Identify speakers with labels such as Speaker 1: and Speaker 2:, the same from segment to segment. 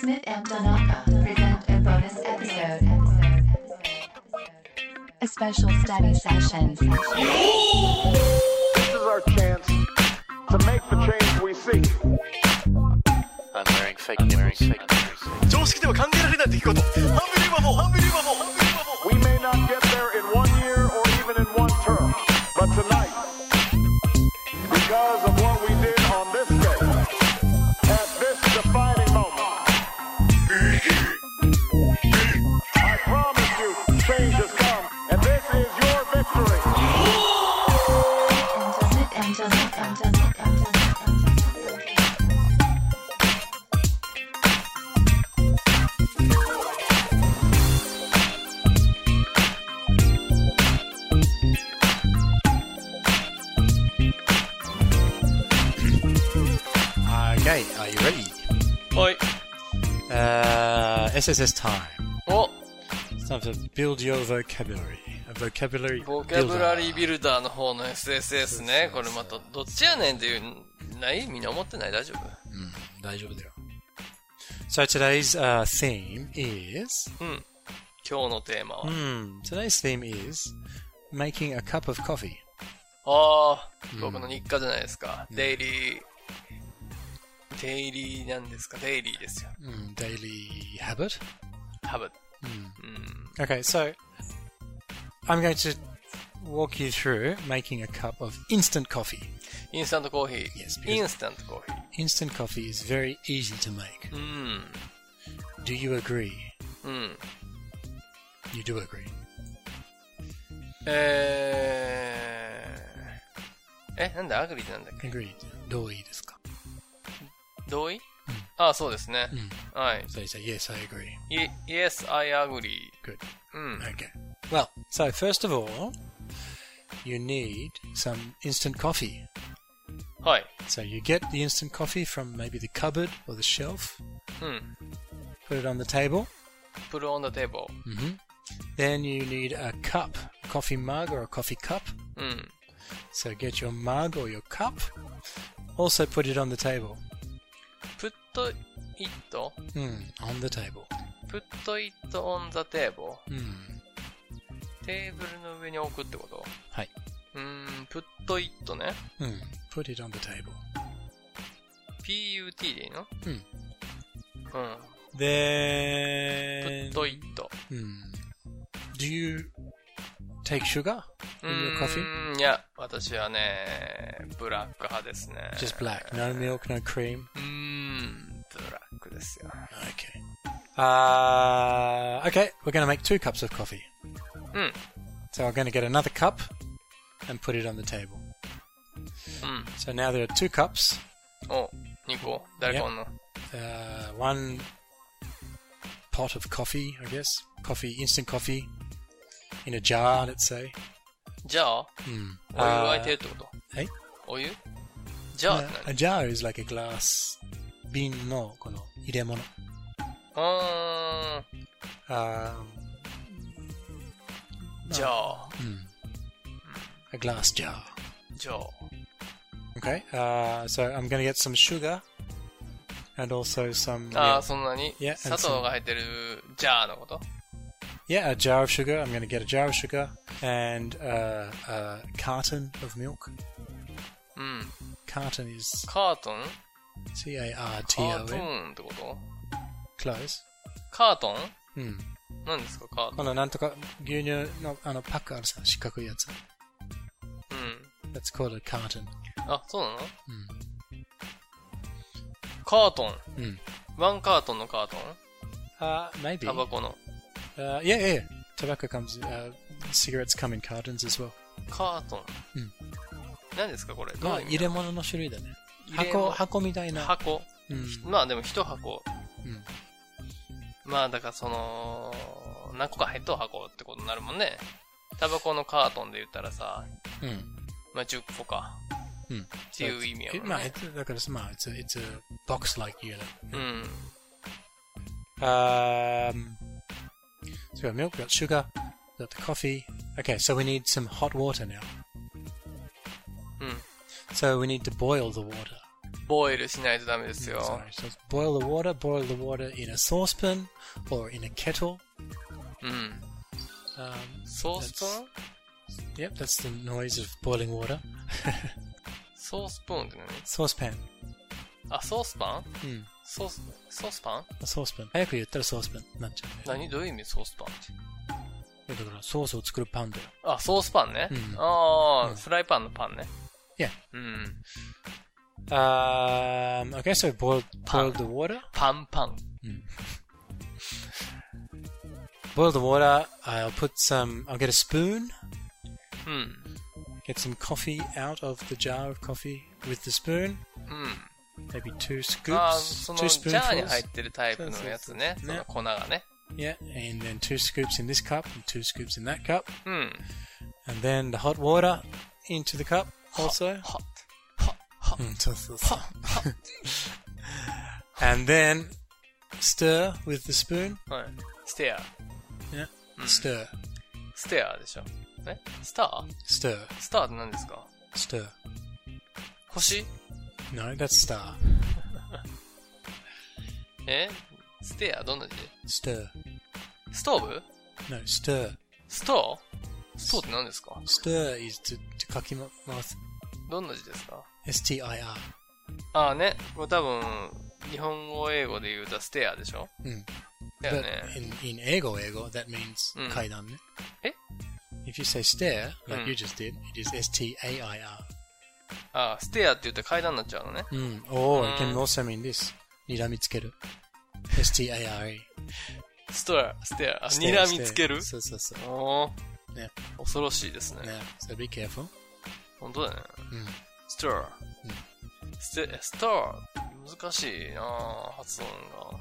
Speaker 1: Smith and Donaka present a bonus episode. A special study session.
Speaker 2: This is our chance to make the change we seek.
Speaker 3: I'm wearing fake I'm wearing fake nipples.
Speaker 4: 常識では考えられない出来事ハンビリーバボーハンビリーバボーハンビリーバボー
Speaker 2: We may not get there in one year or even in one term, but tonight, because of what we did on this day, at this defining moment, I promise you, change has come, and this is your victory.
Speaker 1: Smith and Donaka.
Speaker 5: Okay, are you ready?
Speaker 3: Oi.
Speaker 5: Uh, SSS time.
Speaker 3: Oh,
Speaker 5: It's time to build your vocabulary. A vocabulary.
Speaker 3: ボキャブラリー
Speaker 5: builder.
Speaker 3: ビルダーの方の SSS ね。これまた、どっちやねんっていう、ないみんな思ってない大丈夫
Speaker 5: 大丈夫だよ。So today's uh, theme is.
Speaker 3: うん。今日のテーマは。
Speaker 5: Hmm. Today's theme is making a cup of coffee.
Speaker 3: ああ、僕の日課じゃないですか。デイリー、デイリーなんですかデイリーですよ。
Speaker 5: Hmm, daily habit.
Speaker 3: 多分。
Speaker 5: Okay, so I'm going to walk you through making a cup of instant coffee.
Speaker 3: インスタントコーヒ
Speaker 5: Yes,
Speaker 3: ー。
Speaker 5: because-
Speaker 3: インスタントコーヒ
Speaker 5: Instant coffee is very easy to make.
Speaker 3: ー。うん。
Speaker 5: Do you agree?
Speaker 3: うん。
Speaker 5: You do agree.
Speaker 3: えー、え、なんだアグリってなんだっけ
Speaker 5: Agreed. 同意ですか？
Speaker 3: 同意ああ、そうですね。はい。
Speaker 5: So you say, yes, I agree.
Speaker 3: Y- yes, I agree.
Speaker 5: Good.
Speaker 3: うん。
Speaker 5: Okay. Well, so first of all, you need some instant coffee.
Speaker 3: はい。
Speaker 5: So you get the instant coffee from maybe the cupboard or the shelf,
Speaker 3: うん。
Speaker 5: put it on the table.
Speaker 3: Put on the table.
Speaker 5: Mm-hmm. Then you need a cup, a coffee mug or a coffee cup.
Speaker 3: うん。
Speaker 5: So get your mug or your cup. Also put it on the table.
Speaker 3: Put it,
Speaker 5: Mm, on the table.
Speaker 3: put it on the table.
Speaker 5: Mm.
Speaker 3: テーブルの上に置くってこと
Speaker 5: はい。
Speaker 3: うーん、put it ね。
Speaker 5: Mm. Put it on the table.
Speaker 3: put でいいの
Speaker 5: うん。
Speaker 3: うん。
Speaker 5: Then.
Speaker 3: put it.
Speaker 5: Hmm. Do you take sugar
Speaker 3: う
Speaker 5: in your
Speaker 3: ー
Speaker 5: coffee?
Speaker 3: ん、いや、私はね、ブラック派ですね。
Speaker 5: Just black, no milk, no cream.
Speaker 3: うーん、ブラックですよ。
Speaker 5: Okay. Uh, Hmm. okay, we're going to make two cups of coffee.
Speaker 3: Mm.
Speaker 5: So I'm going to get another cup and put it on the table.
Speaker 3: うん。
Speaker 5: So now there are two cups.
Speaker 3: お、2個。誰かおんの
Speaker 5: Uh, one pot of coffee, I guess. Coffee, instant coffee, in a jar, let's say.
Speaker 3: じゃあ、
Speaker 5: Hmm.
Speaker 3: お湯沸いてるってこと
Speaker 5: え
Speaker 3: お湯じゃあ
Speaker 5: Uh,
Speaker 3: って
Speaker 5: a jar is like a glass. Bin no, この入れ物。
Speaker 3: 何うーん、
Speaker 5: Um,
Speaker 3: じゃあ、
Speaker 5: a glass jar.
Speaker 3: じゃあ、
Speaker 5: Okay, uh, so I'm going to get some sugar and also some.
Speaker 3: あ
Speaker 5: Yeah,
Speaker 3: あ、そんなに
Speaker 5: Yeah, and
Speaker 3: 砂糖が入ってるジャーのこと
Speaker 5: yeah, a jar of sugar. I'm going to get a jar of sugar and uh, a carton of milk.
Speaker 3: うん。
Speaker 5: Carton is
Speaker 3: カートン
Speaker 5: C A R
Speaker 3: カ
Speaker 5: T
Speaker 3: ー
Speaker 5: O
Speaker 3: ト
Speaker 5: N.
Speaker 3: ンってこと
Speaker 5: Close.
Speaker 3: カートン
Speaker 5: Mm.
Speaker 3: 何ですかカートン
Speaker 5: このなんとか牛乳のあのパックあるさ、四角いやつ。That's
Speaker 3: うん。
Speaker 5: called a carton. Hmm.
Speaker 3: あ、そうなのカートン。
Speaker 5: Mm.
Speaker 3: ワンカートンのカートン
Speaker 5: Uh, maybe.
Speaker 3: タバ
Speaker 5: Uh,
Speaker 3: コの。
Speaker 5: yeah, yeah. yeah. Tobacco comes, uh, cigarettes come in cartons as well.
Speaker 3: カートン。
Speaker 5: うん。
Speaker 3: 何ですかこれど
Speaker 5: ま
Speaker 3: う
Speaker 5: あ、
Speaker 3: いう意
Speaker 5: 入
Speaker 3: 味
Speaker 5: れ物の種類だね。
Speaker 3: Oh, 入れ物
Speaker 5: 箱、箱みたいな。Hmm.
Speaker 3: 箱。
Speaker 5: うん。
Speaker 3: まあでも一箱。
Speaker 5: うん
Speaker 3: まあだからその、何個か入っとう箱ってことになるもんね。タバコのカートンで言ったらさ、
Speaker 5: うん。
Speaker 3: まあ10個か。
Speaker 5: うん。って
Speaker 3: いう意味やもんね
Speaker 5: まあ、it's- だから、まあ、it's a, it's a box-like unit.
Speaker 3: うん。
Speaker 5: Um, so we've got milk, we've got sugar, we've got the coffee. Okay, so we need some hot water now.
Speaker 3: うん。Hmm.
Speaker 5: So we need to boil the water.
Speaker 3: うボイルしないとダメですよ。
Speaker 5: Sorry. So it's boil the water, boil the water in a saucepan or in a kettle.
Speaker 3: うん。
Speaker 5: Um,
Speaker 3: ソースプーン
Speaker 5: yep, that's the noise of boiling water.
Speaker 3: ソースプーンって
Speaker 5: Saucepan.
Speaker 3: 何あ、ソースパン
Speaker 5: Mm,
Speaker 3: ソース、ソースパン
Speaker 5: a saucepan. 早く言ったら saucepan になっちゃうね。
Speaker 3: 何どういう意味ソースパンって。
Speaker 5: だからソースを作るパンだよ。
Speaker 3: あ、ソースパンね。
Speaker 5: うん
Speaker 3: ああ、
Speaker 5: うん
Speaker 3: フライパンのパンね。
Speaker 5: Yeah.
Speaker 3: うん。
Speaker 5: Um, okay, so boil, boil the water.
Speaker 3: パンパン。
Speaker 5: Boil the water. I'll put some. I'll get a spoon.
Speaker 3: うん。
Speaker 5: Get some coffee out of the jar of coffee with the spoon.
Speaker 3: うん。
Speaker 5: Maybe two
Speaker 3: ああ、
Speaker 5: scoops,
Speaker 3: その
Speaker 5: two
Speaker 3: ジャーに入
Speaker 5: spoonfuls.
Speaker 3: ってるタイプのや
Speaker 5: そうそうそ
Speaker 3: つね。
Speaker 5: う
Speaker 3: そ
Speaker 5: ね
Speaker 3: の粉がね。
Speaker 5: Yeah, and then two scoops in this cup and two scoops in that cup,
Speaker 3: うん。
Speaker 5: and then the hot water into the cup also.
Speaker 3: はっ。はっ。はっ。
Speaker 5: Mm, so- so- so. and then stir with the spoon.
Speaker 3: はい。ステア。
Speaker 5: Yeah, stir,
Speaker 3: ステアでしょ。えスター
Speaker 5: stir,
Speaker 3: スターって何ですか
Speaker 5: stir.
Speaker 3: 星
Speaker 5: No, that's star.
Speaker 3: えステアどんな字
Speaker 5: Stir.
Speaker 3: ストーブ
Speaker 5: No, stir.
Speaker 3: ストーストーって何ですか
Speaker 5: Stir is to to kakimouth.
Speaker 3: どんな字ですか
Speaker 5: S T I R.
Speaker 3: ああね。これ多分、日本語英語で言うとステアでしょ
Speaker 5: Mm.
Speaker 3: だ
Speaker 5: But
Speaker 3: よね。
Speaker 5: in in ego ego that means
Speaker 3: Mm.
Speaker 5: kaidan. ne?
Speaker 3: Eh?
Speaker 5: If you say stare like
Speaker 3: Mm.
Speaker 5: you just did, it is S T A I R.
Speaker 3: ああ、ステアって言ったら階段になっちゃうのね。
Speaker 5: Mm. Or it can
Speaker 3: Mm.
Speaker 5: also mean this. Niramitsukeru. S T A R E.
Speaker 3: ストア、ステア、あ
Speaker 5: Stare,
Speaker 3: 睨みつけ
Speaker 5: stare.
Speaker 3: る
Speaker 5: So so so.
Speaker 3: おー
Speaker 5: ね
Speaker 3: 恐ろしいですね。
Speaker 5: Yeah. So be careful. Hmm.
Speaker 3: 本当だね。
Speaker 5: うん
Speaker 3: ストア。ステ、ストア。難しいなあ発音が。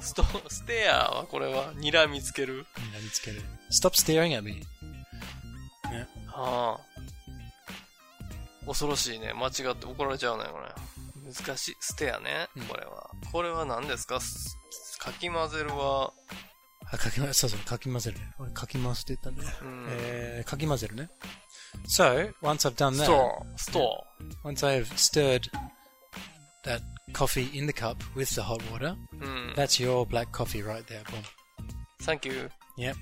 Speaker 3: スト、ステアはこれは睨みつける
Speaker 5: Niramitsukeru. Stop staring at me.
Speaker 3: ああ。恐ろしいね。間違って怒られちゃうね、これ。難しい。ステアね
Speaker 5: うん。
Speaker 3: これは。これは何ですかすかき混ぜるは、
Speaker 5: あ、かきま、そうそう、かき混ぜるね。俺、かき回すって言ったね。
Speaker 3: うん
Speaker 5: えー、かき混ぜるね。So, once I've done
Speaker 3: ス
Speaker 5: that,
Speaker 3: トア、スト
Speaker 5: once I have stirred that coffee in the cup with the hot water,
Speaker 3: ア。うん。
Speaker 5: that's your black coffee right there, boom.
Speaker 3: Thank you.
Speaker 5: Yep.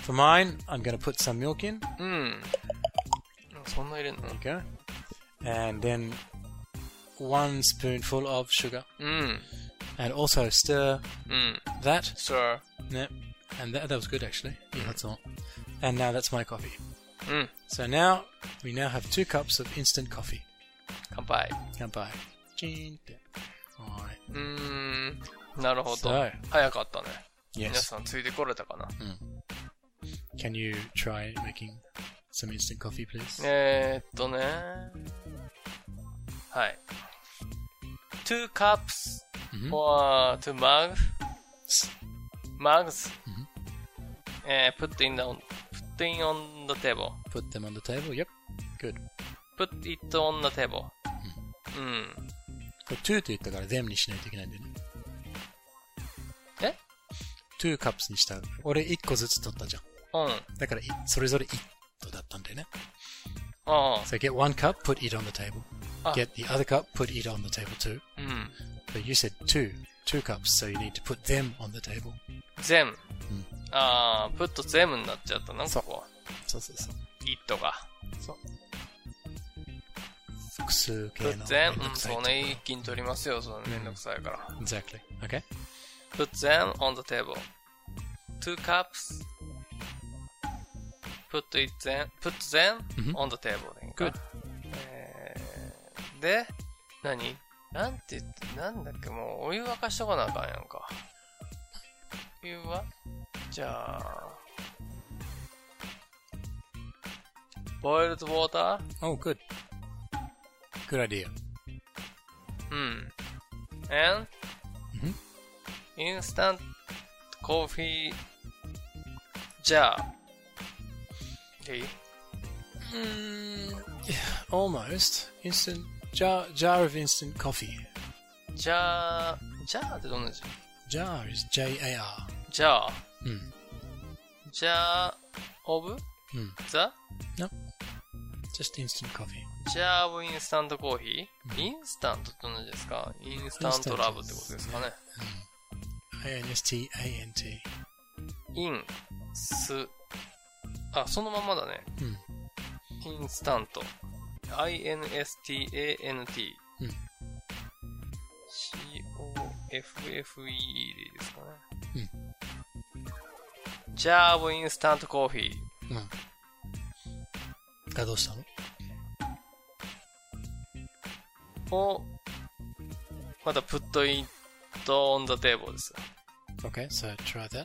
Speaker 5: For mine, I'm going to put some milk in.
Speaker 3: うん。そんな入れんの
Speaker 5: There you go. And then one spoonful of sugar.
Speaker 3: うん。
Speaker 5: And also stir
Speaker 3: うん。
Speaker 5: that.
Speaker 3: ストア。
Speaker 5: Yep. And that, that was good, actually. Yeah, that's all. And now that's my coffee.
Speaker 3: うん。
Speaker 5: So now, we now have two cups of instant coffee.
Speaker 3: 乾杯。
Speaker 5: 乾杯。チーンって。Alright.
Speaker 3: うーん。なるほど
Speaker 5: そう。
Speaker 3: 早かったね。皆
Speaker 5: Yes.
Speaker 3: さんついてこれたかな
Speaker 5: Can you try making some instant coffee, please?
Speaker 3: えー、っとね。はい。two cups
Speaker 5: Mhm.
Speaker 3: or two mugs, mugs、えー put in the, put in on the table.
Speaker 5: Put them on the table. Yep. Good.
Speaker 3: Put it on the table. うん。
Speaker 5: これ two と言ったから them にしないといけないんだよね。
Speaker 3: え
Speaker 5: two cups にした。俺1個ずつ取ったじゃん。
Speaker 3: うん。
Speaker 5: だからいそれぞれ1個だったんだよね。
Speaker 3: あ
Speaker 5: So get one cup, put it on the table.
Speaker 3: あ。
Speaker 5: Get the other cup, put it on the table too.
Speaker 3: あ。うん。
Speaker 5: But you said two. Two cups, so you need to put them on the table.
Speaker 3: 全。ああ、put 全になっちゃったな、ここ。
Speaker 5: そうそうそう。
Speaker 3: it が。
Speaker 5: 複数形
Speaker 3: put
Speaker 5: の。
Speaker 3: 全。
Speaker 5: めんど
Speaker 3: うん、
Speaker 5: くさい
Speaker 3: そう
Speaker 5: とこ
Speaker 3: ね、一気に取りますよ、そのめんどくさいから。
Speaker 5: Exactly. Okay.
Speaker 3: Put them on the table. Two cups. Put it them, put them
Speaker 5: Mhm.
Speaker 3: on the table. でいいか
Speaker 5: Good.
Speaker 3: えーで、何なんて言って、なんだっけ、もうお湯沸かしとかなあかんやんか。お湯はじゃあ、boiled water?
Speaker 5: Oh, good. Good idea.
Speaker 3: うん。and
Speaker 5: Mhm.
Speaker 3: instant coffee jar. でいい
Speaker 5: Mm, Almost. Instant jar jar of instant coffee.
Speaker 3: ジャー、ジャーってどんな字
Speaker 5: Jar is J A R. Hmm,
Speaker 3: ジャー。
Speaker 5: うん。
Speaker 3: ジャー、オブ
Speaker 5: うん
Speaker 3: ザ
Speaker 5: No. Just instant coffee.
Speaker 3: ジ jar of instant coffee? インスタントって何ですかインスタントラブってことですかね。
Speaker 5: I N S T A N T.
Speaker 3: インス、あ、そのままだね。
Speaker 5: うん
Speaker 3: インスタント。i-n-s-t-a-n-t。
Speaker 5: うん
Speaker 3: c-o-f-f-e でいいですか
Speaker 5: う
Speaker 3: ね。ジャーブインスタントコーヒー。
Speaker 5: うん。がどうしたの
Speaker 3: を、また put it on the table ですよ。
Speaker 5: Okay, so try that.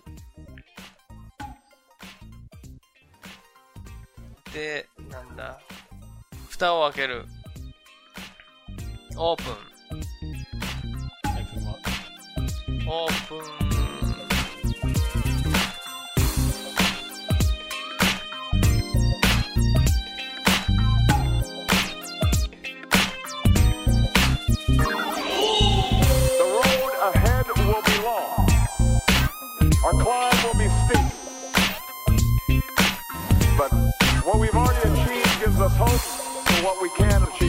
Speaker 3: で、なんだ。蓋を開ける。オープ
Speaker 5: Open what?
Speaker 3: ン。オープン。
Speaker 2: The road ahead will be long. Our climb will be steep. But what we've already achieved gives us hope for what we can achieve.